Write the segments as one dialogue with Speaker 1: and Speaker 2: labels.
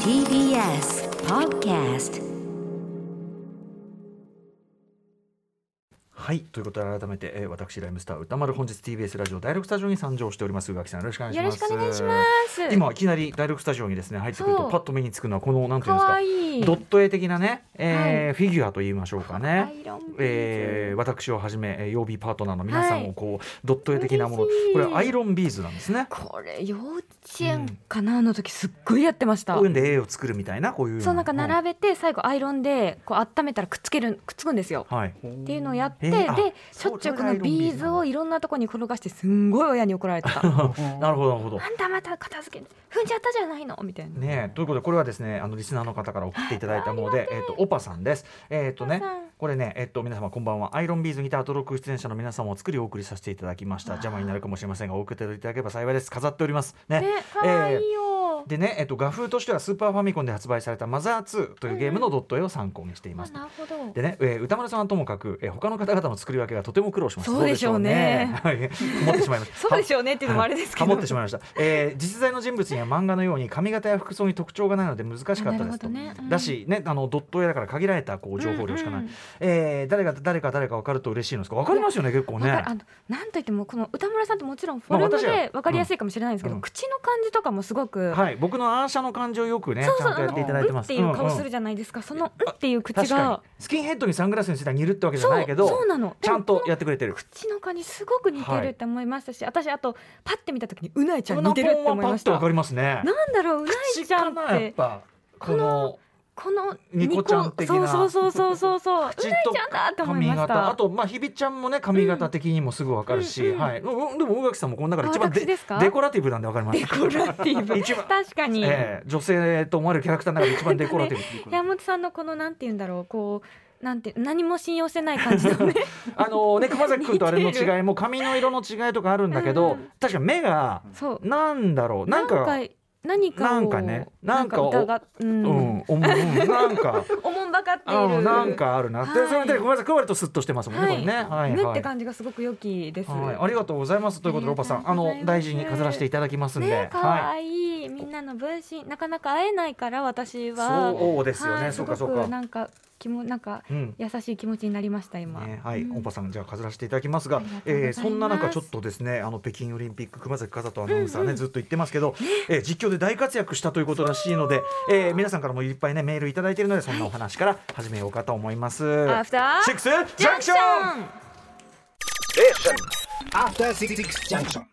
Speaker 1: TBS Podcast
Speaker 2: はいということで改めて、えー、私ライムスター歌丸本日 TBS ラジオ第6スタジオに参上しております宇垣さんよろしくお願いし
Speaker 3: よ
Speaker 2: ま
Speaker 3: ろ
Speaker 2: す
Speaker 3: しくお願いします。
Speaker 2: 今いきなり第6スタジオにですね入ってくると
Speaker 3: そう
Speaker 2: パッと目につくのはこのなんていうんです
Speaker 3: 可
Speaker 2: か
Speaker 3: 愛い
Speaker 2: ドット絵的なね、えーフィギュアと言いましょうかね
Speaker 3: アイロンビーズ
Speaker 2: えー私をはじめえー曜日パートナーの皆さん
Speaker 3: は
Speaker 2: を
Speaker 3: い
Speaker 2: こう、ドット絵的なもの
Speaker 3: 嬉しい
Speaker 2: これアイロンビーズなんですね
Speaker 3: これ幼稚園かなの時すっごいやってました。
Speaker 2: こういうんで絵を作るみたいなこういう
Speaker 3: そうなんか
Speaker 2: べ
Speaker 3: 並べて最後アイロンでこう温めたらくっつけるくっつくんですよ。
Speaker 2: はい、
Speaker 3: っていうのをやって、
Speaker 2: えーあ
Speaker 3: でし
Speaker 2: そう
Speaker 3: ょっちゅうこ
Speaker 2: それがア
Speaker 3: の
Speaker 2: イロンビーズ
Speaker 3: ビーズをいろんなとこに転がしてすんごい親に怒られ てた。あ
Speaker 2: なるほどなるほど
Speaker 3: んたまた片付け踏んじゃったじゃないのみたいな。
Speaker 2: ねえということでこれはですねあのリスナーの方から送っていただいたもので、えっとオパさんです。えっとね
Speaker 3: オパさん
Speaker 2: これねえっと皆様こんばんはアイロンビーズギタートロック出演者の皆様を作りお送りさせていただきました邪魔になるかもしれませんがお送っていただければ幸いです飾っておりますね。
Speaker 3: ね可愛い
Speaker 2: えー
Speaker 3: よ。
Speaker 2: でね、えっと、画風としてはスーパーファミコンで発売された「マザー2」というゲームのドット絵を参考にしていま
Speaker 3: あ
Speaker 2: す。
Speaker 3: なるほど。
Speaker 2: でね、えー歌丸さんはともかく、えー他の方々の作り分けがとても苦労しました。
Speaker 3: そうでしょうね
Speaker 2: どうでしょうねはい、思 ってしまいました。
Speaker 3: そうでしょうねっていうのもあれですけど。
Speaker 2: ハモってしまいました、えー実在の人物には漫画のように髪型や服装に特徴がないので難しかったですと、
Speaker 3: なるほどねうん
Speaker 2: だしねあのドット絵だから限られたこう情報量しかない、
Speaker 3: うんうん
Speaker 2: えー誰が誰か誰か分かると嬉しいのですか分かりますよね結構
Speaker 3: わか
Speaker 2: ね
Speaker 3: るあのなんといってもこの歌村さんってもちろんフォル
Speaker 2: まあ
Speaker 3: ム
Speaker 2: 私は
Speaker 3: で分かりやすいかもしれないんですけど、
Speaker 2: うん
Speaker 3: 口の感じとかもすごく、
Speaker 2: はい僕のアーシャの感じをよくね
Speaker 3: そうそう
Speaker 2: ちゃんとやっていただいて
Speaker 3: う
Speaker 2: ま
Speaker 3: っ
Speaker 2: す
Speaker 3: ていう顔
Speaker 2: んん
Speaker 3: するじゃないですか、そのうっていう口
Speaker 2: 確か
Speaker 3: が
Speaker 2: にスキンヘッドにサングラスにしてたら似るってわけじゃ
Speaker 3: そ
Speaker 2: な
Speaker 3: う
Speaker 2: いけど
Speaker 3: そうなの
Speaker 2: ちゃんとやってくれて
Speaker 3: でも
Speaker 2: る
Speaker 3: この口の感じすごく似てるって思いましたし、私あとパッて見た時にうないちゃん似てるって思い
Speaker 2: こ
Speaker 3: まし
Speaker 2: のポンはパッとわ
Speaker 3: た
Speaker 2: かりますね
Speaker 3: なんだろううない
Speaker 2: 口
Speaker 3: ちゃ
Speaker 2: か
Speaker 3: ん
Speaker 2: な
Speaker 3: っ
Speaker 2: やってぱこ
Speaker 3: こ
Speaker 2: の
Speaker 3: のこの
Speaker 2: ニコちゃん的な
Speaker 3: そうそうそうそうそうそううない
Speaker 2: 口
Speaker 3: ち
Speaker 2: と
Speaker 3: ゃんだって思い
Speaker 2: 髪
Speaker 3: まし
Speaker 2: 型
Speaker 3: た
Speaker 2: あとまあひびちゃんもね髪型的にもすぐわかるし、
Speaker 3: うんうん
Speaker 2: はい、うんでも大垣さんもこの中で一番
Speaker 3: あ私ですか
Speaker 2: デコラティブなんでわかります
Speaker 3: デコラティブ
Speaker 2: 一番
Speaker 3: 確かに、
Speaker 2: ええ女性と思われるキャラクターの中で一番デコラテ ィブ、
Speaker 3: 山本さんのこのなんて言うんだろうこうなんて何も信用してない感 じのね
Speaker 2: あのね熊崎君とあれの違いも髪の色の違いとかあるんだけど、
Speaker 3: うんうん
Speaker 2: 確かに目が
Speaker 3: そう
Speaker 2: なんだろうなんか
Speaker 3: 何か
Speaker 2: な
Speaker 3: を
Speaker 2: んかねなんかを
Speaker 3: 疑っ
Speaker 2: う
Speaker 3: う、
Speaker 2: んん、うん、なん か
Speaker 3: おもんばかってい
Speaker 2: あの
Speaker 3: る
Speaker 2: なんかあるなって、
Speaker 3: はい
Speaker 2: それで熊崎君は割とスッとしてますもんね、
Speaker 3: はい
Speaker 2: これね、はい
Speaker 3: 無
Speaker 2: は
Speaker 3: っ
Speaker 2: い
Speaker 3: て感じがすごく良きです、
Speaker 2: はい、ありがとうございますということでお
Speaker 3: あり
Speaker 2: ば
Speaker 3: が
Speaker 2: さ
Speaker 3: とうござい
Speaker 2: ん
Speaker 3: ます
Speaker 2: あの大事に飾らせていただきますんで、
Speaker 3: ね可
Speaker 2: はい
Speaker 3: 愛いみんなの分身なかなか会えないから私は
Speaker 2: そうですよね、
Speaker 3: はい
Speaker 2: そうかそう
Speaker 3: すご
Speaker 2: か
Speaker 3: くなんか気もなんか
Speaker 2: うん
Speaker 3: 優しい気持ちになりました今、
Speaker 2: ね、はい、
Speaker 3: うん
Speaker 2: おばさんじゃあ飾らせていただきますが
Speaker 3: ありがとうござい
Speaker 2: えー
Speaker 3: ます
Speaker 2: そんな中ちょっとですねあの北京オリンピック熊崎風とアナウンサーね、
Speaker 3: うんうん
Speaker 2: ずっと言ってますけど、えー実況で大活躍したということらしいので、えー皆さんからもいっぱいねメールいただいているのでそんなお話から始めようかと思います。
Speaker 3: アフター
Speaker 2: シックスジャンクション
Speaker 4: After Six Junction.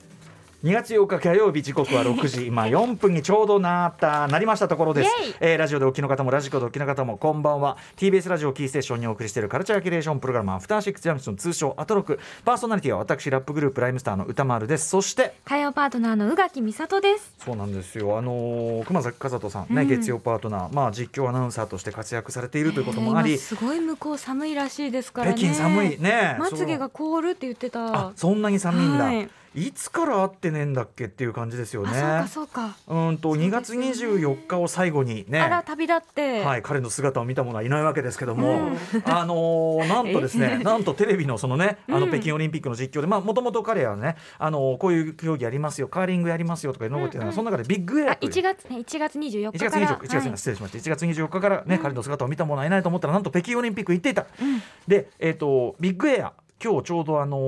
Speaker 2: 2月8日火曜日時刻は6時今4分にちょうどなったなりましたところです
Speaker 3: イエイ、
Speaker 2: えーラジオでお聞きの方もラジコでお聞きの方もこんばんは TBS ラジオキーステーションにお送りしているカルチャーキュレーションプログラム「アフターシックスジャンクション」通称アトロクパーソナリティは私ラップグループライムスターの歌丸ですそして
Speaker 3: 火曜パートナーの宇垣美里です
Speaker 2: そうなんですよあのー熊崎和人さんね、
Speaker 3: うん
Speaker 2: 月曜パートナーまあ実況アナウンサーとして活躍されているということもあり、
Speaker 3: 今すごい向こう寒いらしいですから
Speaker 2: 北
Speaker 3: ね
Speaker 2: 京寒いね
Speaker 3: まつげが凍るって言って
Speaker 2: そうあ
Speaker 3: た
Speaker 2: そんなに寒いんだ、
Speaker 3: はいい、
Speaker 2: つから会ってねえんだっけっていう感じですよね
Speaker 3: あそうかそうか
Speaker 2: うんと2月24日を最後にね
Speaker 3: あら旅立って、
Speaker 2: はい、彼の姿を見た者はいないわけですけども、あのーなんとですねなんとテレビのそのねあの
Speaker 3: うん
Speaker 2: 北京オリンピックの実況でもともと彼はね、あのーこういう競技やりますよカーリングやりますよとかいろんなことやってたその中でビッグエア
Speaker 3: あ
Speaker 2: という
Speaker 3: 1月ね1月
Speaker 2: 1
Speaker 3: 24日
Speaker 2: 月
Speaker 3: から
Speaker 2: 24日、1月
Speaker 3: はい
Speaker 2: 失礼しました1月24日から、ね彼の姿を見た者はいないと思ったらなんと北京オリンピック行っていた、で、えー、とビッグエア今日ちょうど、あの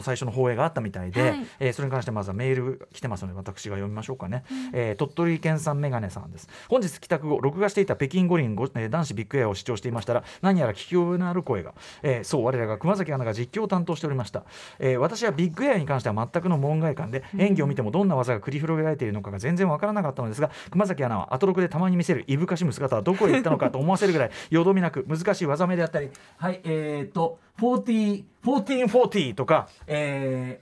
Speaker 2: ー最初の放映があったみたいで、
Speaker 3: はい
Speaker 2: えーそれに関してまずはメール来てますので私が読みましょうかね、えー鳥取県産メガネさんです本日帰宅後録画していた北京五輪ご、えー男子ビッグエアを視聴していましたら何やら聞き覚えのある声が、えーそう我らが熊崎アナが実況を担当しておりました、えー私はビッグエアに関しては全くの門外漢で演技を見てもどんな技が繰り広げられているのかが全然わからなかったのですが熊崎アナはアトロクでたまに見せるいぶかしむ姿はどこへ行ったのかと思わせるぐ らいよどみなく難しい技名であったりはいえー、と40 1440とかえ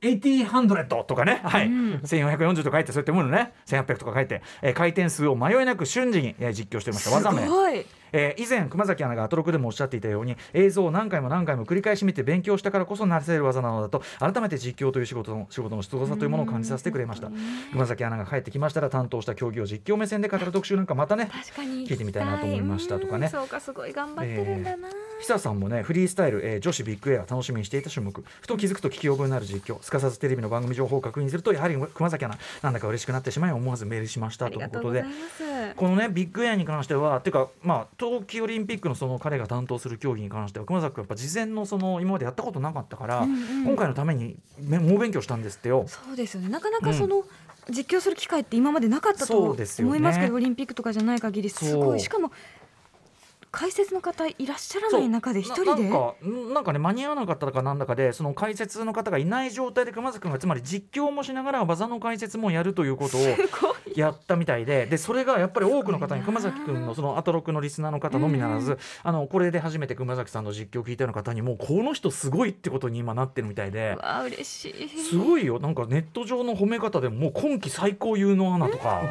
Speaker 2: ー1800とかね、はい1440と書いてそうやってものね1800とか書いて、えー回転数を迷いなく瞬時に、えー実況していました技名
Speaker 3: すごい
Speaker 2: えー以前熊崎アナがアトロクでもおっしゃっていたように映像を何回も何回も繰り返し見て勉強したからこそなせる技なのだと改めて実況という仕事の仕事の質さというものを感じさせてくれました熊崎アナが帰ってきましたら担当した競技を実況目線で語る特集なんかまたね
Speaker 3: 確かに
Speaker 2: 聞いてみたいなと思いましたとかね
Speaker 3: うんそうかすごい頑張ってるんだな、
Speaker 2: 久さんもねフリースタイル、えー女子ビッグエア楽しみにしていた種目ふと気づくと聞き覚えのある実況すかさずテレビの番組情報を確認するとやはり熊崎アナなんだか嬉しくなってしまい思わずメールしました
Speaker 3: あ
Speaker 2: と
Speaker 3: り
Speaker 2: いう
Speaker 3: が
Speaker 2: こと
Speaker 3: う
Speaker 2: と
Speaker 3: ござ
Speaker 2: で
Speaker 3: います
Speaker 2: このねビッグエアに関してはっていうかまあ冬季オリンピックのその彼が担当する競技に関しては熊崎君やっぱ事前のその今までやったことなかったから、
Speaker 3: うんうん
Speaker 2: 今回のためにめ猛勉強したんですってよ。
Speaker 3: そうですよねなかなかその、実況する機会って今までなかったと
Speaker 2: そう
Speaker 3: 思
Speaker 2: ですよね
Speaker 3: いますけどオリンピックとかじゃない限りす
Speaker 2: そ
Speaker 3: ご
Speaker 2: う
Speaker 3: いしかも解説の方いらっしゃらない中で一人
Speaker 2: ななん
Speaker 3: で
Speaker 2: かなんかね間に合わなかったかなんだかでその解説の方がいない状態で熊崎君がつまり実況もしながら技の解説もやるということを
Speaker 3: ごい
Speaker 2: やったみたいででそれがやっぱり多くの方に
Speaker 3: すごい
Speaker 2: 熊
Speaker 3: な
Speaker 2: 崎君のそのアトロックのリスナーの方のみならず、あのこれで初めて熊崎さんの実況を聞いたような方にもうこの人すごいってことに今なってるみたいで。
Speaker 3: わあ嬉しい
Speaker 2: すごいよなんかネット上の褒め方でももう今季最高有能アナとか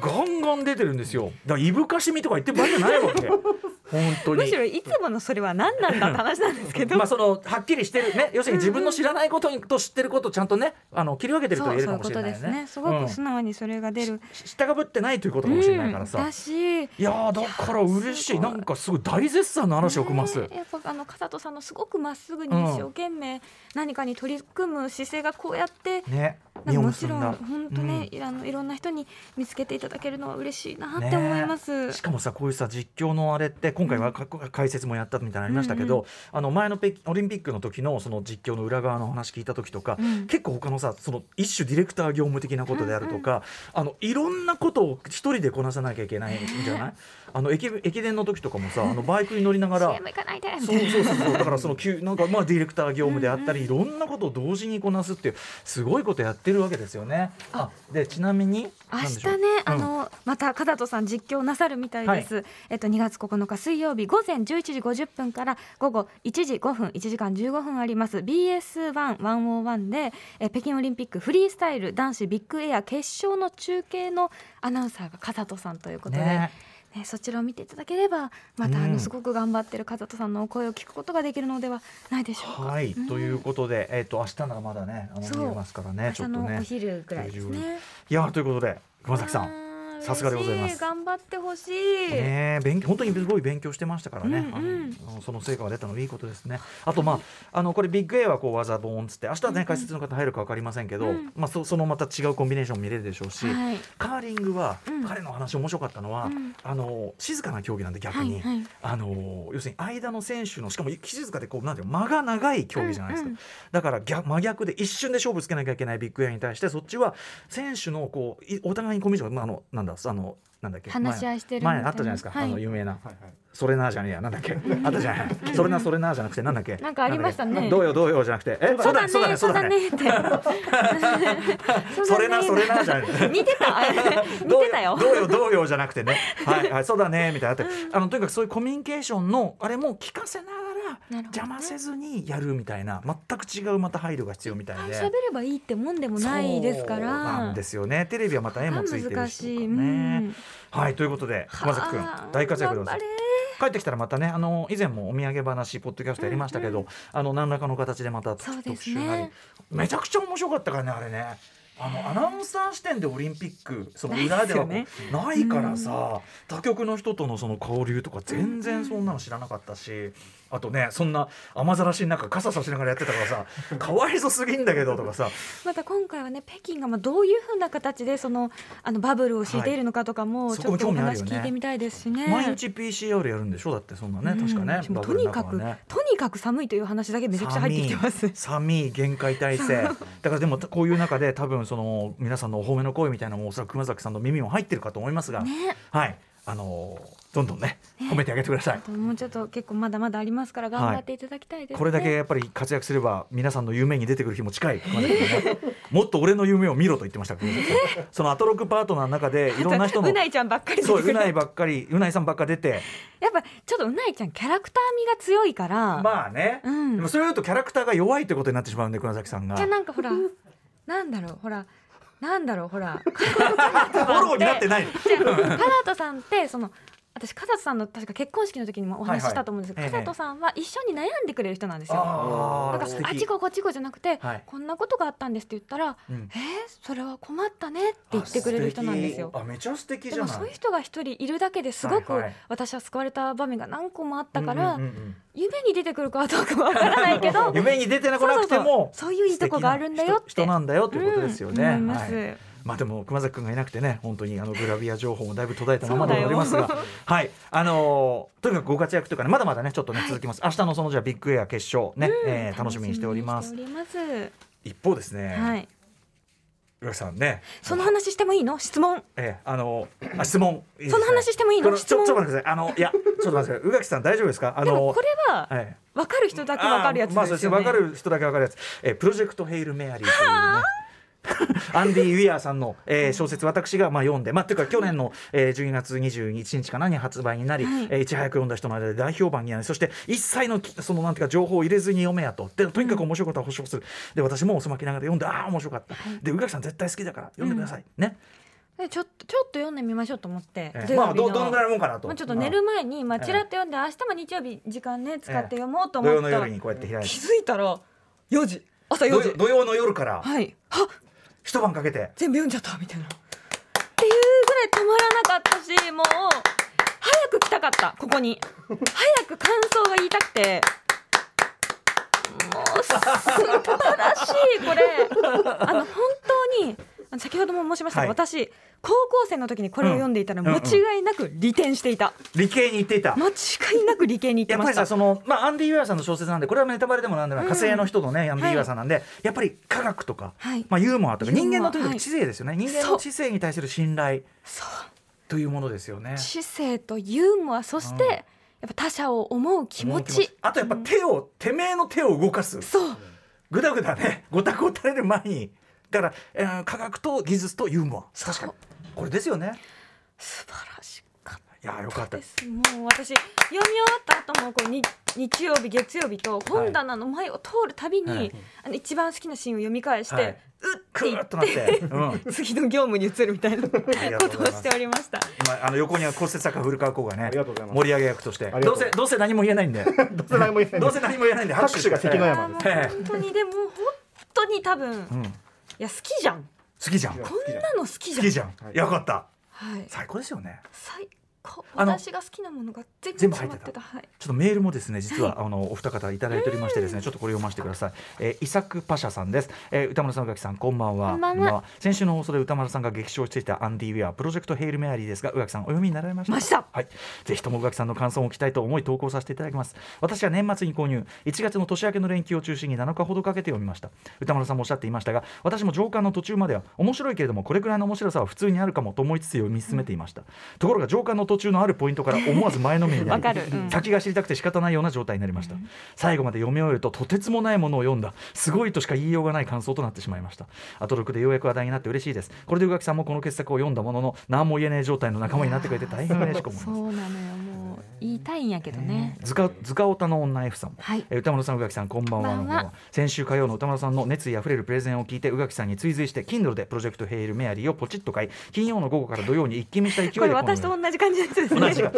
Speaker 2: ガンガン出てるんですよだからいぶかしみとか言ってる場合じゃないわ け本当
Speaker 3: む
Speaker 2: に
Speaker 3: しろいつものそれは何なんだって話なんですけど、
Speaker 2: まあそのはっきりしてるね要するに自分の知らないことにと知ってることをちゃんとねあの切り分けてると
Speaker 3: そ
Speaker 2: 言
Speaker 3: う
Speaker 2: える
Speaker 3: そう
Speaker 2: かも
Speaker 3: いう
Speaker 2: しれな
Speaker 3: こと
Speaker 2: いよ
Speaker 3: です
Speaker 2: ね
Speaker 3: ねすご
Speaker 2: う
Speaker 3: く
Speaker 2: ん
Speaker 3: 素直にそれが出る、
Speaker 2: し下がぶってないということかもしれないからさ、
Speaker 3: うんだし
Speaker 2: いやーだから嬉しい
Speaker 3: いやーすごい
Speaker 2: なんかすごい大絶賛の話をくます、
Speaker 3: ねえやっぱあの笠戸さんのすごくまっすぐに
Speaker 2: うん
Speaker 3: 一生懸命何かに取り組む姿勢がこうやって、
Speaker 2: ね
Speaker 3: な
Speaker 2: 身
Speaker 3: んか
Speaker 2: を
Speaker 3: も
Speaker 2: 結
Speaker 3: ち
Speaker 2: ん
Speaker 3: ろん
Speaker 2: だ
Speaker 3: 本当ね、いろん、いろんな人に見つけていただけるのは嬉しいなって思います。
Speaker 2: しかもさこういうさ実況のあれって今回はか、解説もやったみたいなのありましたけど、
Speaker 3: うん
Speaker 2: あの前の北京オリンピックの時のその実況の裏側の話聞いた時とか、
Speaker 3: うん
Speaker 2: 結構他のさその一種ディレクター業務的なことであるとか、あのいろんなことを一人でこなさなきゃいけないんじゃない、あの駅駅伝の時とかもさあのバイクに乗りながら
Speaker 3: CM 行かないでみた
Speaker 2: そう
Speaker 3: いな
Speaker 2: そうそうそうだからその急なんかまあディレクター業務であったりいろんなことを同時にこなすっていうすごいことやってるわけですよね。あでちなみに
Speaker 3: 明
Speaker 2: なんで
Speaker 3: 日
Speaker 2: しょう
Speaker 3: ね、あのまた片戸さん実況なさるみたいです、えっと2月9日水曜日午前11時50分から午後1時5分1時間15分あります BS1101 でえ北京オリンピックフリースタイル男子ビッグエア決勝の中継のアナウンサーが片戸さんということで、ね
Speaker 2: ね
Speaker 3: そちらを見ていただければまたあ
Speaker 2: うん
Speaker 3: のすごく頑張ってる片戸さんのお声を聞くことができるのではないでしょうか。
Speaker 2: はい、ということで、えっ、と明日ならまだね、あの
Speaker 3: そう
Speaker 2: 見えますからね、ちょ
Speaker 3: 朝
Speaker 2: っと
Speaker 3: のお
Speaker 2: ね。
Speaker 3: 昼ぐらいですね。
Speaker 2: いやーということで、熊崎さん、
Speaker 3: あー
Speaker 2: さすがでございます
Speaker 3: 嬉し頑張ってほしい。
Speaker 2: ねー、勉本当にすごい勉強してましたからね、
Speaker 3: うんうん
Speaker 2: あのその成果が出たのいいことですね。あとまああのこれビッグ A はこう技ボーンっつって明日はね解説の方入るかわかりませんけど、
Speaker 3: うん
Speaker 2: まあそそのまた違うコンビネーションも見れるでしょうし、
Speaker 3: はい
Speaker 2: カーリングは、
Speaker 3: うん
Speaker 2: 彼の話面白かったのは、
Speaker 3: うん
Speaker 2: あの静かな競技なんで逆に、
Speaker 3: はいはい
Speaker 2: あの要するに間の選手のしかも静かでこうなんていうの間が長い競技じゃないですか、
Speaker 3: うんうん
Speaker 2: だから逆真逆で一瞬で勝負つけなきゃいけないビッグエアに対してそっちは選手のこういお互いにコミュニケーションまああのなんだあのなんだっけ
Speaker 3: 話し合いしてるみたい
Speaker 2: 前
Speaker 3: な
Speaker 2: 前あったじゃないですか、
Speaker 3: は
Speaker 2: あ
Speaker 3: い
Speaker 2: の有名な、それなじゃねえやなんだっ けあったじゃないそれなそれなじゃなくてなんだっけ
Speaker 3: なんかありましたね
Speaker 2: なんだっけどうよどうよじゃなくてえ
Speaker 3: そうだね、そうだねって。
Speaker 2: それなそ れなじゃない
Speaker 3: 似 てた、似てたよ。
Speaker 2: どうよどうよどうよじゃなく てねはいはいそうだねみたいなあってあのとにかくそういうコミュニケーションのあれも聞かせながら
Speaker 3: なるほどね
Speaker 2: 邪魔せずにやるみたいな全く違うまた配慮が必要みたいで
Speaker 3: 喋ればいいってもんでもないですから。
Speaker 2: そうなんですよねテレビはまた絵もついてる
Speaker 3: 難
Speaker 2: し
Speaker 3: し
Speaker 2: と
Speaker 3: い。
Speaker 2: か
Speaker 3: う
Speaker 2: ね
Speaker 3: ん。
Speaker 2: はいということで熊崎くん
Speaker 3: はあ
Speaker 2: 大活躍でございます
Speaker 3: 頑張れ
Speaker 2: 帰ってきたらまたねあの以前もお土産話ポッドキャストやりましたけど、あの何らかの形でまた
Speaker 3: そう
Speaker 2: 特
Speaker 3: です
Speaker 2: 集
Speaker 3: ね
Speaker 2: なり、めちゃくちゃ面白かったからねあれねあのアナウンサー視点でオリンピックその裏ではこう
Speaker 3: ないで
Speaker 2: ないからさ、他局の人とのその交流とか全然そんなの知らなかったし、あとねそんな雨ざらしの中傘差しながらやってたからさ かわいそすぎんだけどとかさ
Speaker 3: また今回はね、北京がまあどういうふうな形でそのあのバブルを敷いているのかとか
Speaker 2: は
Speaker 3: も
Speaker 2: い
Speaker 3: ちょ
Speaker 2: そ
Speaker 3: っと
Speaker 2: こも興
Speaker 3: お
Speaker 2: 味ある
Speaker 3: 話
Speaker 2: よね
Speaker 3: 聞いてみたいですしね。
Speaker 2: 毎日 PCR やるんでしょだってそんなね、
Speaker 3: うん
Speaker 2: 確かね
Speaker 3: しかも
Speaker 2: バ
Speaker 3: と
Speaker 2: ブル
Speaker 3: に
Speaker 2: の
Speaker 3: か
Speaker 2: 中は
Speaker 3: く
Speaker 2: ね。
Speaker 3: とにかく寒いという話だけめちゃくちゃ入ってきてます。
Speaker 2: 寒い寒い限界体制だからでもこういう中で多分その皆さんのお褒めの声みたいなのもおそらく熊崎さんの耳も入ってるかと思いますが、
Speaker 3: ね。
Speaker 2: はいあのーどんどんね褒めてあげてください、
Speaker 3: もうちょっと結構まだまだありますから頑張っていただきたいです、ね
Speaker 2: これだけやっぱり活躍すれば皆さんの夢に出てくる日も近い熊崎君ね、もっと俺の夢を見ろと言ってました 熊崎さんそのアトロクパートナーの中でいろんな人の
Speaker 3: うないちゃんばっかり出て
Speaker 2: そ
Speaker 3: く
Speaker 2: う
Speaker 3: る
Speaker 2: うないばっかりうないさんばっか出て
Speaker 3: やっぱちょっとうないちゃんキャラクター味が強いから、
Speaker 2: まあね、
Speaker 3: うん
Speaker 2: でもそれを言うとキャラクターが弱いということになってしまうんで熊崎さんが
Speaker 3: じゃあ
Speaker 2: フ
Speaker 3: なんかほらなんだろうほらなんだろうほら
Speaker 2: ォローになってない
Speaker 3: じゃあカラートさんってその私加藤さんの確か結婚式の時にもお話ししたと思うんですけど、
Speaker 2: はいはいええ
Speaker 3: 加藤さんは一緒に悩んでくれる人なんですよ。
Speaker 2: あ
Speaker 3: な
Speaker 2: ー
Speaker 3: んか
Speaker 2: 素
Speaker 3: あっち
Speaker 2: 敵
Speaker 3: こうこっちこうじゃなくて、
Speaker 2: はい
Speaker 3: こんなことがあったんですって言ったら、
Speaker 2: うん
Speaker 3: えー、それは困ったねって言ってくれる人なんですよ
Speaker 2: あ。素敵あめちゃ素敵
Speaker 3: で
Speaker 2: じゃ
Speaker 3: も
Speaker 2: ない
Speaker 3: そういう人が一人いるだけですごく
Speaker 2: はいはい
Speaker 3: 私は救われた場面が何個もあったから、
Speaker 2: うんうんうん
Speaker 3: 夢に出てくるかどうかわからないけど
Speaker 2: 夢に出てなくなくても
Speaker 3: そうそうそうそういういいとこがあるんだよって
Speaker 2: 素敵な人人なんだよということですよね、
Speaker 3: うん思います
Speaker 2: はいまあでも熊崎君がいなくてね本当にあのグラビア情報もだいぶ途絶えたままではあります
Speaker 3: そうだ
Speaker 2: がはいあのーとにかくご活躍というかねまだまだねちょっとね続きます、明日のそのじゃあビッグエア決勝ね、えー楽しみにしております
Speaker 3: 楽しみにしており
Speaker 2: 一方ですね、
Speaker 3: ますはい。
Speaker 2: 浦木さんね
Speaker 3: その話してもいいの質問
Speaker 2: ええあのあ質問いいですね
Speaker 3: その話してもいいの
Speaker 2: これ
Speaker 3: 質問
Speaker 2: ちょちょっと待ってくださいあのいやちょっと待ってください宇垣さん大丈夫ですかあ
Speaker 3: でも
Speaker 2: の
Speaker 3: これは
Speaker 2: はい
Speaker 3: 分かる人だけ分かるやつです
Speaker 2: あーま
Speaker 3: よね、
Speaker 2: あ、そして分かる人だけ分かるやつ。えープロジェクトヘイルメアリーというね。 アンディ・ウィアーさんの、えー小説私がまあ読んで、まあ、というか去年の、えー12月21日かなに発売になり、
Speaker 3: はい
Speaker 2: えーいち早く読んだ人の間で大評判になりそして一切のきそのなんていうか情報を入れずに読めやとでとにかく面白いことは保証するで私も遅まきながら読んでああ面白かったで宇垣さん絶対好きだから読んでください、ね、
Speaker 3: でちょっとちょっと読んでみましょうと思って、
Speaker 2: えー
Speaker 3: 土曜日の
Speaker 2: まあどどんぐらいのもんかなと、
Speaker 3: まあちょっと寝る前に、まあ、ちらっと読んで、明日も日曜日時間ね使って読もうと
Speaker 2: 土
Speaker 3: 思
Speaker 2: 曜
Speaker 3: っ
Speaker 2: の
Speaker 3: た、
Speaker 2: 夜にこうやって開いて
Speaker 3: 気づいたら4時朝4
Speaker 2: 土
Speaker 3: 時
Speaker 2: 土曜の夜から
Speaker 3: はいはっ
Speaker 2: 一晩かけて
Speaker 3: 全部読んじゃったみたいなっていうぐらい止まらなかったしもう早く来たかったここに早く感想が言いたくてもう素晴らしいこれあの本当にあの先ほども申しましたが、
Speaker 2: はい
Speaker 3: 私高校生の時にこれを読んでいたら
Speaker 2: うんうん
Speaker 3: 間
Speaker 2: うん
Speaker 3: 違いなく利点していた、
Speaker 2: 理系に行っていた。
Speaker 3: 間違いなく理系に行って
Speaker 2: やっ
Speaker 3: ま
Speaker 2: ぱり
Speaker 3: し
Speaker 2: さ
Speaker 3: た
Speaker 2: その、まあ、アンディ・ウィアーさんの小説なんでこれはネタバレでもなんでもない火星の人のね、アンディ・ウィアーさんなんで、やっぱり科学とか、
Speaker 3: はい
Speaker 2: まあ、ユーモアとか
Speaker 3: ユー
Speaker 2: 人
Speaker 3: モア
Speaker 2: 間のとにか
Speaker 3: は
Speaker 2: く
Speaker 3: い
Speaker 2: 知性ですよね、人間
Speaker 3: そう
Speaker 2: の知性に対する信頼
Speaker 3: そう
Speaker 2: というものですよね。
Speaker 3: 知性とユーモアそして、
Speaker 2: うん
Speaker 3: やっぱ他者を思う気持ち
Speaker 2: あとやっぱ手を、てめえの手を動かす
Speaker 3: そう
Speaker 2: ぐだぐだねごたくを垂れる前にだから、えー科学と技術とユーモア確かにこれですよね。
Speaker 3: 素晴らしかった
Speaker 2: いやよかった
Speaker 3: で。すもう私読み終わった後もこうに日曜日月曜日と本棚の前を通るたびに、
Speaker 2: はい
Speaker 3: あの一番好きなシーンを読み返して、
Speaker 2: はいう
Speaker 3: っ
Speaker 2: ク ーッとな って、うん、
Speaker 3: 次の業務に移るみたいなこ
Speaker 2: りがとうご
Speaker 3: とを
Speaker 2: ざいます
Speaker 3: しておりました
Speaker 2: 今あの横には骨折作家古川光がね
Speaker 1: ありがとうございます
Speaker 2: 盛り上げ役として
Speaker 1: がとうご
Speaker 2: どう
Speaker 1: ざい
Speaker 2: せ
Speaker 1: ます
Speaker 2: どうせ何も言えないんで
Speaker 1: どうせ何も言えない
Speaker 2: どうせ何も言えないんで
Speaker 1: 拍手が関の
Speaker 2: え
Speaker 1: 山
Speaker 3: も
Speaker 1: で
Speaker 3: う
Speaker 1: す。
Speaker 3: 本当にでも本当に多分、
Speaker 2: えう
Speaker 3: い
Speaker 2: ん、好
Speaker 3: や好きじゃん
Speaker 2: きじゃん
Speaker 1: 好
Speaker 2: 好
Speaker 3: こんなの好きじゃん
Speaker 2: きじゃん
Speaker 1: はい
Speaker 2: よかった
Speaker 3: はい、
Speaker 2: 最高ですよね
Speaker 3: 最高
Speaker 2: あの
Speaker 3: 私が好きなものが全部
Speaker 2: 全部
Speaker 3: 詰まって
Speaker 2: 入って
Speaker 3: た
Speaker 2: た
Speaker 3: はい、
Speaker 2: ちょっとメールもですね実はあのお二方いただいておりましてですねちょっとこれ読ませてください、えー、イサクパシャさんです、えー、歌丸さん宇垣さんこんばんは
Speaker 3: こんばんは
Speaker 2: 先週の放送で歌丸さんが激賞していたアンディ・ウェアプロジェクトヘイル・メアリーですが宇垣さんお読みになられました
Speaker 3: ました
Speaker 2: はい、ぜひとも宇垣さんの感想を聞きたいと思い投稿させていただきます私は年末に購入1月の年明けの連休を中心に7日ほどかけて読みました歌丸さんもおっしゃっていましたが私も上巻の途中までは面白いけれどもこれくらいの面白さは普通にあるかもと思いつつ読み進めていました、ところが上巻の途中のあるポイントから思わず前のめりになり
Speaker 3: わかるうん
Speaker 2: 先が知りたくて仕方ないような状態になりました、最後まで読み終えるととてつもないものを読んだすごいとしか言いようがない感想となってしまいましたアトロクでようやく話題になって嬉しいですこれで宇垣さんもこの傑作を読んだものの何も言えない状態の仲間になってくれて大変嬉しく思います
Speaker 3: そうなのよもう言いたいんやけどね、
Speaker 2: ずかずかおたの女 F さんも、
Speaker 3: はい
Speaker 2: えー歌丸さん、宇垣さん、こんばんは
Speaker 3: こんばん
Speaker 2: こ
Speaker 3: は
Speaker 2: んばんは先週火曜の歌丸さんの熱意あふれるプレゼンを聞いて、宇垣さんに追随して、Kindle でプロジェクトヘイルメアリーをポチッと買い、金曜の午後から土曜に一気見した勢いで
Speaker 3: こ
Speaker 2: 購
Speaker 3: れ
Speaker 2: 入
Speaker 3: 私と同じ感じのやつですね
Speaker 2: 同じが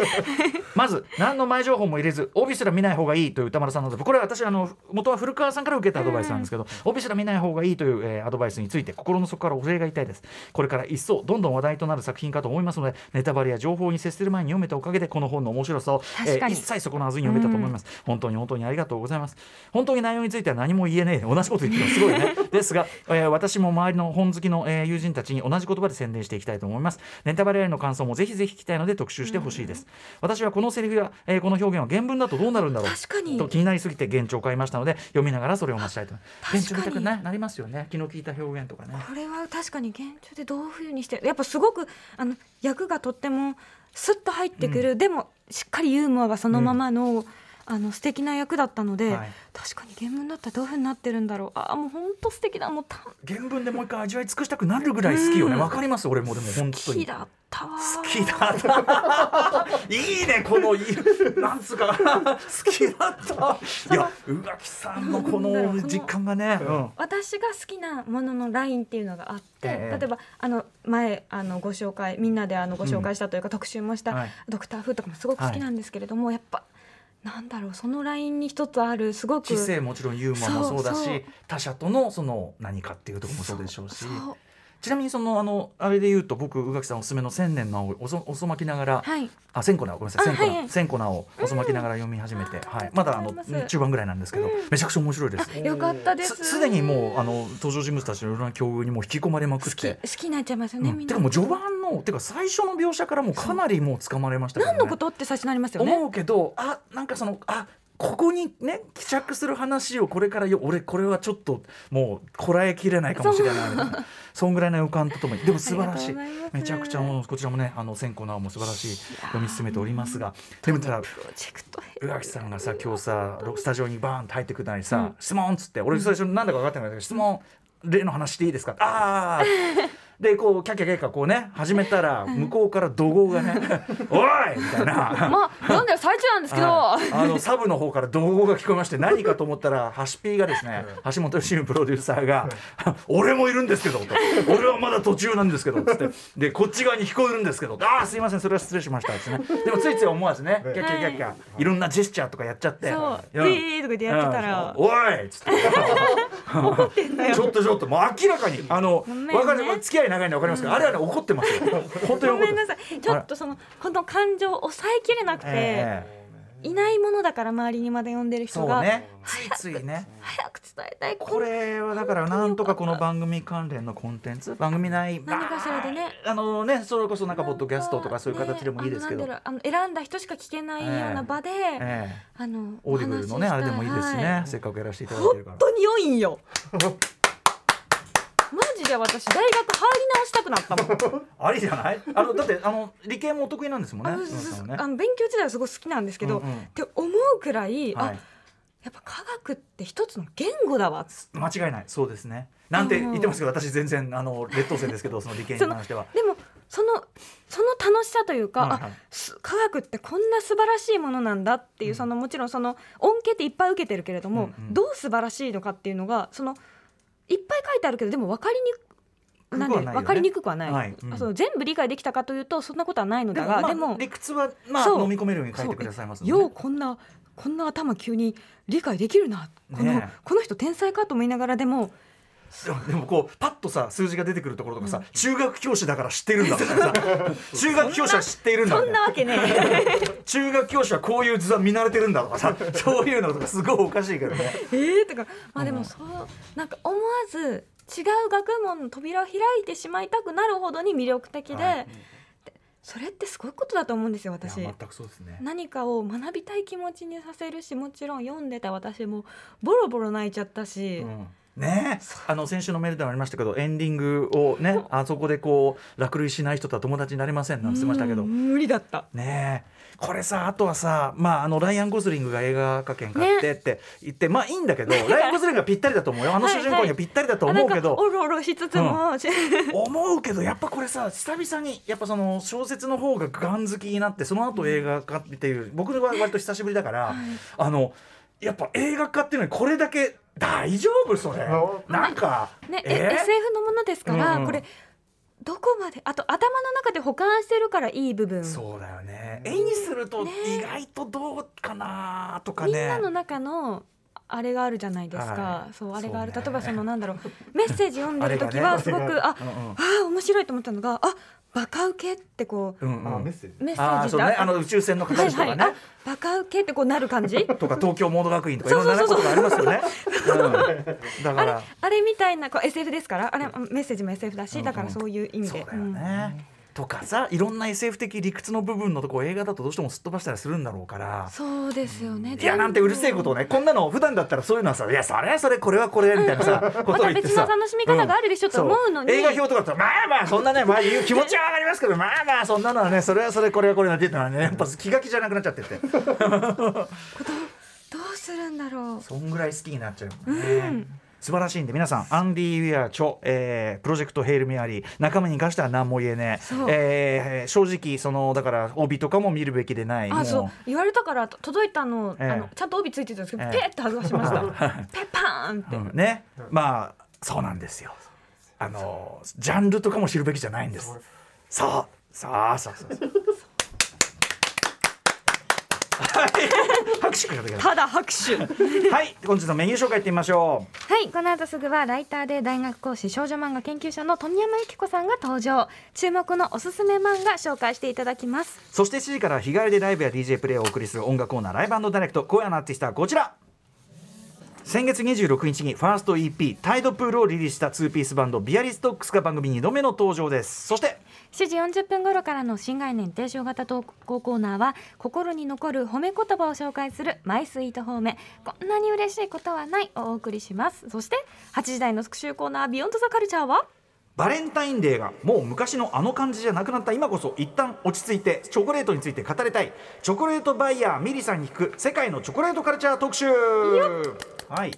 Speaker 2: まず何の前情報も入れず帯すら見ない方がいいという歌丸さんのアドバイスこれは私あの元は古川さんから受けたアドバイスなんですけど、帯すら見ない方がいいという、えーアドバイスについて心の底からお礼が痛いですこれから一層どんどん話題となる作品かと思いますのでネタバレや情報に接する前に読めたおかげでこの本の面白さを、え
Speaker 3: 確か
Speaker 2: ー
Speaker 3: に
Speaker 2: 一切損なわずに読めたと思います、本当に本当にありがとうございます本当に内容については何も言えねえ同じこと言ってるのすごいねですが、 えー私も周りの本好きの、えー友人たちに同じ言葉で宣伝していきたいと思いますネタバレへの感想もぜひぜひ聞きたいので特集してほしいです、私はこのセリフや、えーこの表現は原文だとどうなるんだろう
Speaker 3: 確かに
Speaker 2: と気になりすぎて原著を買いましたので読みながらそれを待ちたいと思います
Speaker 3: あ
Speaker 2: 原著見た
Speaker 3: 確か
Speaker 2: く
Speaker 3: に
Speaker 2: ななりますよね昨日聞いた表現とかね
Speaker 3: これは確かに現状でどういうふうにしてやっぱすごくあの役がとってもスッと入ってくる、でもしっかりユーモアがそのままの、あの素敵な役だったので、
Speaker 2: はい
Speaker 3: 確かに原文になったらどういうふうになってるんだろうあーもう本当素敵だもうた
Speaker 2: 原文でもう一回味わい尽くしたくなるぐらい好きよね
Speaker 3: うん
Speaker 2: わかります俺もでも本当
Speaker 3: 好き
Speaker 2: に
Speaker 3: だったわ
Speaker 2: 好きだ いいねこのいなんつうか好きだったいや宇垣さんのこの実感がね、うん
Speaker 3: 私が好きなもののラインっていうのがあって、
Speaker 2: ええ
Speaker 3: 例えばあの前あのご紹介みんなであのご紹介したというか、特集もした、
Speaker 2: はい
Speaker 3: ドクター・フーとかもすごく好きなんですけれども、やっぱなんだろうそのラインに一つあるすごく
Speaker 2: 知性もちろんユーモアもそうだし
Speaker 3: そうそう
Speaker 2: 他者とのその何かっていうところもそうでしょうし
Speaker 3: そう
Speaker 2: ちなみにそのあのあれで言うと僕宇垣さんおすすめの「千年の青い」おそおそまきながら、
Speaker 3: はい
Speaker 2: あ千個なごめんなさい
Speaker 3: あ
Speaker 2: 千個
Speaker 3: はいは
Speaker 2: ない千個なをおそまきながら読み始めて、
Speaker 3: うんあー
Speaker 2: はい
Speaker 3: あ、り
Speaker 2: ま
Speaker 3: がとう
Speaker 2: だあ
Speaker 3: ござ
Speaker 2: の
Speaker 3: います
Speaker 2: 中盤ぐらいなんですけど、めちゃくちゃ面白いです。
Speaker 3: よかったです
Speaker 2: すすでにもうあの登場人物たちのいろんな境遇にもう引き込まれまく
Speaker 3: 好
Speaker 2: っ
Speaker 3: き
Speaker 2: て
Speaker 3: 好。きになっちゃいますよ
Speaker 2: う
Speaker 3: ね、
Speaker 2: ん
Speaker 3: みん
Speaker 2: て
Speaker 3: な
Speaker 2: かもう序盤のてか最初の描写からもうかなりもう掴まれましたけどね
Speaker 3: 何のことって最初になりますよね
Speaker 2: 思うけどあなんかそのあここにね帰着する話をこれからよ俺これはちょっともうこらえきれないかもしれないみたいなそんぐらいの予感とともにでも素晴らし
Speaker 3: あ
Speaker 2: い
Speaker 3: りがとうございます
Speaker 2: めちゃくちゃもうこちらもねあの線香なおも素晴らしい読み進めておりますがでもただ
Speaker 3: プロジェクト
Speaker 2: 宇垣さんがさ今日さ
Speaker 3: 本当に
Speaker 2: スタジオにバーンって入ってくるなりさ、
Speaker 3: うん
Speaker 2: 質問っつって俺最初なんだか分かってないんだけど質問例の話でいいですかああ でこうキャッキャキャッキャこうね始めたら向こうから怒号がね 「おい!」みたいな。
Speaker 3: まあ読んでる最中なんですけど、
Speaker 2: はいあのサブの方から怒号が聞こえまして何かと思ったらハシピーがですね橋本慎プロデューサーが「俺もいるんですけど」と「俺はまだ途中なんですけど」つってでこっち側に聞こえるんですけど「ああすいませんそれは失礼しました」ですねでもついつい思わずねキャッキャキャッキャいろんなジェスチャーとかやっちゃって
Speaker 3: そう
Speaker 2: 「
Speaker 3: 「ウィー」とか言ってやってたら
Speaker 2: うんおい!」っつってちょっとちょっともう明らかにあの
Speaker 3: ごめんね
Speaker 2: わかる付き合い長いの分かりますけどあれはね怒ってますよ本当に 怒
Speaker 3: ご
Speaker 2: っ
Speaker 3: め
Speaker 2: て
Speaker 3: ん
Speaker 2: ま
Speaker 3: な
Speaker 2: す
Speaker 3: さいちょっとそのこの感情を抑えきれなくて、
Speaker 2: ええ
Speaker 3: いないものだから周りにまで読んでる人
Speaker 2: そう
Speaker 3: が、
Speaker 2: ねついついね
Speaker 3: 早く伝えたい
Speaker 2: これはだからなんとかこの番組関連のコンテンツ番組内
Speaker 3: 何かしらでね
Speaker 2: あのねそれこそなんかポッドキャストとかそういう形でもいいですけど、
Speaker 3: ねあのなんだろうあの選んだ人しか聞けないような場で、
Speaker 2: ええ
Speaker 3: あの
Speaker 2: オーディブルのね
Speaker 3: お
Speaker 2: あ
Speaker 3: 話
Speaker 2: れ
Speaker 3: しし
Speaker 2: で
Speaker 3: たい
Speaker 2: もいいですしね、
Speaker 3: は
Speaker 2: せっかくやらせていただいて
Speaker 3: 本
Speaker 2: るから
Speaker 3: 当に良い んよマジで私大学入り直したくなったもん
Speaker 2: ありじゃないあのだってあの理系もお得意なんですもんね
Speaker 3: あの
Speaker 2: 宇垣さんはね
Speaker 3: あの勉強自体はすごい好きなんですけど、
Speaker 2: うんうん
Speaker 3: って思うくらい、
Speaker 2: はい
Speaker 3: あやっぱ科学って一つの言語だわっつって
Speaker 2: 間違いないそうですねなんて言ってますけど私全然あの劣等生ですけどその理系に関しては。
Speaker 3: でもそのその楽しさというか、
Speaker 2: はいはい
Speaker 3: あす科学ってこんな素晴らしいものなんだっていう、そのもちろんその恩恵っていっぱい受けてるけれども、
Speaker 2: うんうん
Speaker 3: どう素晴らしいのかっていうのがそのいっぱい書いてあるけどでも分かりにくなん
Speaker 2: くはないよね
Speaker 3: で分かりにくくはない、
Speaker 2: はいうん
Speaker 3: あその全部理解できたかというとそんなことはないの
Speaker 2: で
Speaker 3: だ
Speaker 2: も,、
Speaker 3: が
Speaker 2: まあ、
Speaker 3: でも,、
Speaker 2: 理屈はまあ
Speaker 3: そう
Speaker 2: 飲み込めるように書いてくださいますのでね
Speaker 3: ようこんなこんな頭急に理解できるなこの,、
Speaker 2: ねえ
Speaker 3: この人天才かと思いながらでも
Speaker 2: で もでもこうパッとさ数字が出てくるところとかさ、中学教師だから知ってるんだとかさ 中学教師は知っているんだ
Speaker 3: そ
Speaker 2: みたい
Speaker 3: ん
Speaker 2: な
Speaker 3: なわけねえ
Speaker 2: 中学教師はこういう図は見慣れてるんだとかさそういうのとかすごいおかしいけどね。
Speaker 3: えーとかまあで
Speaker 2: うん
Speaker 3: もそうなんか思わず違う学問の扉を開いてしまいたくなるほどに魅力的で、
Speaker 2: はい
Speaker 3: それってすごいことだと思うんですよ私
Speaker 2: いや。全くそうですね。
Speaker 3: 何かを学びたい気持ちにさせるしもちろん読んでた私もボロボロ泣いちゃったし、
Speaker 2: ねえあの先週のメールでもありましたけどエンディングをねあそこでこう落塁しない人とは友達になれませんなんて言ってましたけど
Speaker 3: うん無理だった
Speaker 2: ねえこれさあとはさ、まあ、あのライアン・ゴズリングが映画化券買ってって言って、まあいいんだけどライアン・ゴズリングがぴったりだと思 うよあの主人公にはぴったりだと
Speaker 3: あ
Speaker 2: 思
Speaker 3: なん
Speaker 2: う
Speaker 3: か
Speaker 2: けど。
Speaker 3: おろおろしつつも、 し
Speaker 2: 思うけどやっぱこれさ久々にやっぱその小説の方がガン好きになってその後映画化っていう僕は割と久しぶりだから、あのやっぱ映画化っていうのにこれだけ大丈夫それなんか、
Speaker 3: ねえ
Speaker 2: え
Speaker 3: SF のものですから、
Speaker 2: うんうん
Speaker 3: これどこまであと頭の中で保管してるからいい部分、
Speaker 2: そうだよね絵にすると意外とどうかなとか
Speaker 3: みん
Speaker 2: ね
Speaker 3: なの中のあれがあるじゃないですか、
Speaker 2: はい
Speaker 3: そうあれがある、
Speaker 2: そうね
Speaker 3: 例えばそのなんだろうメッセージ読んでる
Speaker 2: あ
Speaker 3: 時
Speaker 2: れが
Speaker 3: は
Speaker 2: ね
Speaker 3: すごくあ,、あ
Speaker 2: うんうん
Speaker 3: ー面白いと思ったのがあバカウケってこう
Speaker 2: うん
Speaker 4: Ah,
Speaker 2: うん
Speaker 1: あメッセージ
Speaker 3: メッセ
Speaker 2: あ
Speaker 3: ー
Speaker 2: ー
Speaker 3: ジ
Speaker 2: そう
Speaker 3: だ
Speaker 2: ねあの宇宙船の
Speaker 3: はい
Speaker 2: 形とか
Speaker 3: は
Speaker 2: ね、
Speaker 3: い、あバカウケってこうなる感 じ
Speaker 2: とか東京モード学院とかいろんなことがありますよね。 うんだから
Speaker 3: あれみたいなこう SF ですからあれメッセージも SF だし、だからそういう意味
Speaker 2: そ
Speaker 3: で
Speaker 2: うだよね、とかさいろんな SF 的理屈の部分のとこ映画だとどうしてもすっ飛ばしたりするんだろうか
Speaker 3: う
Speaker 2: ら
Speaker 3: ん。そうですよね
Speaker 2: いやなんてうるせえことをねこんなの普段だったらそういうのはさ「いやそれはそれこれはこれ」みたいなさことを言ってさ
Speaker 3: また別の楽しみ方があるでしょと思うのに
Speaker 2: そ映画表とかだとまあまあそんなねまあ言う気持ちはわかりますけどまあまあそんなのはねそれはそれこれはこれなんて言ったらねやっぱ気が気じゃなくなっちゃってて
Speaker 3: うするんだろう
Speaker 2: そんぐらい好きになっちゃうもんね。素晴らしいんで皆さんアンディ・ウィア著、えープロジェクト「ヘイル・メアリー」中身に関しては何も言えね
Speaker 3: そう
Speaker 2: ええー正直そのだから帯とかも見るべきでないも
Speaker 3: あそう言われたからと届いたの,、
Speaker 2: ええ
Speaker 3: あのちゃんと帯ついてたんですけど、
Speaker 2: ええ
Speaker 3: ペッて外しま したペパーンって、
Speaker 2: うんねまあそうなんですよあのジャンルとかも知るべきじゃないんですそうそうそうそうそうはい拍手くれたけど
Speaker 3: ただ拍手 は
Speaker 2: はい本日のメニュー紹介いってみましょう
Speaker 3: いこの後すぐはライターで大学講師少女漫画研究者の富山由紀子さんが登場注目のおすすめ漫画紹介していただきます
Speaker 2: そして7時からは日帰りでライブや DJ プレイをお送りする音楽コーナーライブダイレクト今夜のアーティストはこちら先月26日にファースト EP「タイドプール」をリリースしたツーピースバンドビアリストックスが番組2度目の登場ですそして
Speaker 3: 7時40分頃からの新概念提唱型投稿コーナーは心に残る褒め言葉を紹介するマイスイート褒めこんなに嬉しいことはないをお送りしますそして8時台の特集コーナービヨンドザカルチャーは
Speaker 2: バレンタインデーがもう昔のあの感じじゃなくなった今こそ一旦落ち着いてチョコレートについて語りたいチョコレートバイヤーミリさんに聞く世界のチョコレートカルチャー特集はい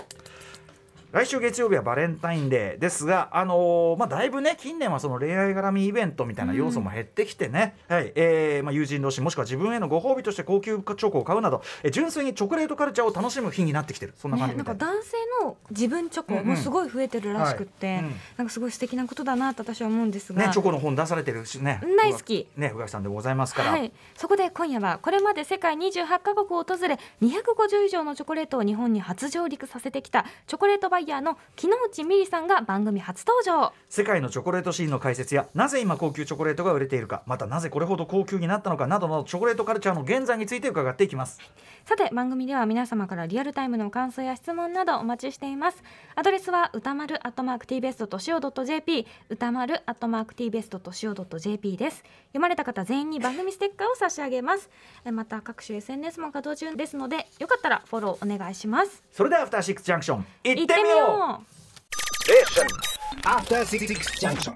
Speaker 2: 来週月曜日はバレンタインデーですが、あのーまあ、だいぶね近年はその恋愛絡みイベントみたいな要素も減ってきてね、はいえーまあ、友人同士もしくは自分へのご褒美として高級チョコを買うなどえー純粋にチョコレートカルチャーを楽しむ日になってきてるそんな感
Speaker 3: ね、
Speaker 2: じ
Speaker 3: な
Speaker 2: み
Speaker 3: ん
Speaker 2: たい
Speaker 3: か男性の自分チョコもすごい増えてるらしくって、
Speaker 2: うんうんはいうん
Speaker 3: なんかすごい素敵なことだなと私は思うんですが、
Speaker 2: ね、チョコの本出されてるしね
Speaker 3: 大好き
Speaker 2: ねふがきさんでございますから。
Speaker 3: はい、そこで今夜はこれまで世界28カ国を訪れ250以上のチョコレートを日本に初上陸させてきたチョコレートバイヤーの木之内美里さんが番組初登場
Speaker 2: 世界のチョコレートシーンの解説やなぜ今高級チョコレートが売れているかまたなぜこれほど高級になったのかなどのチョコレートカルチャーの現在について伺っていきます
Speaker 3: さて番組では皆様からリアルタイムの感想や質問などお待ちしていますアドレスは歌丸 @tbest.co.jp 歌丸 @tbest.co.jp です読まれた方全員に番組ステッカーを差し上げますえまた各種 SNS も稼働中ですのでよかったらフォローお願いします
Speaker 2: それではアフターシックスジャンクション行ってみよう
Speaker 3: 行ってみよう
Speaker 4: After Six Junction.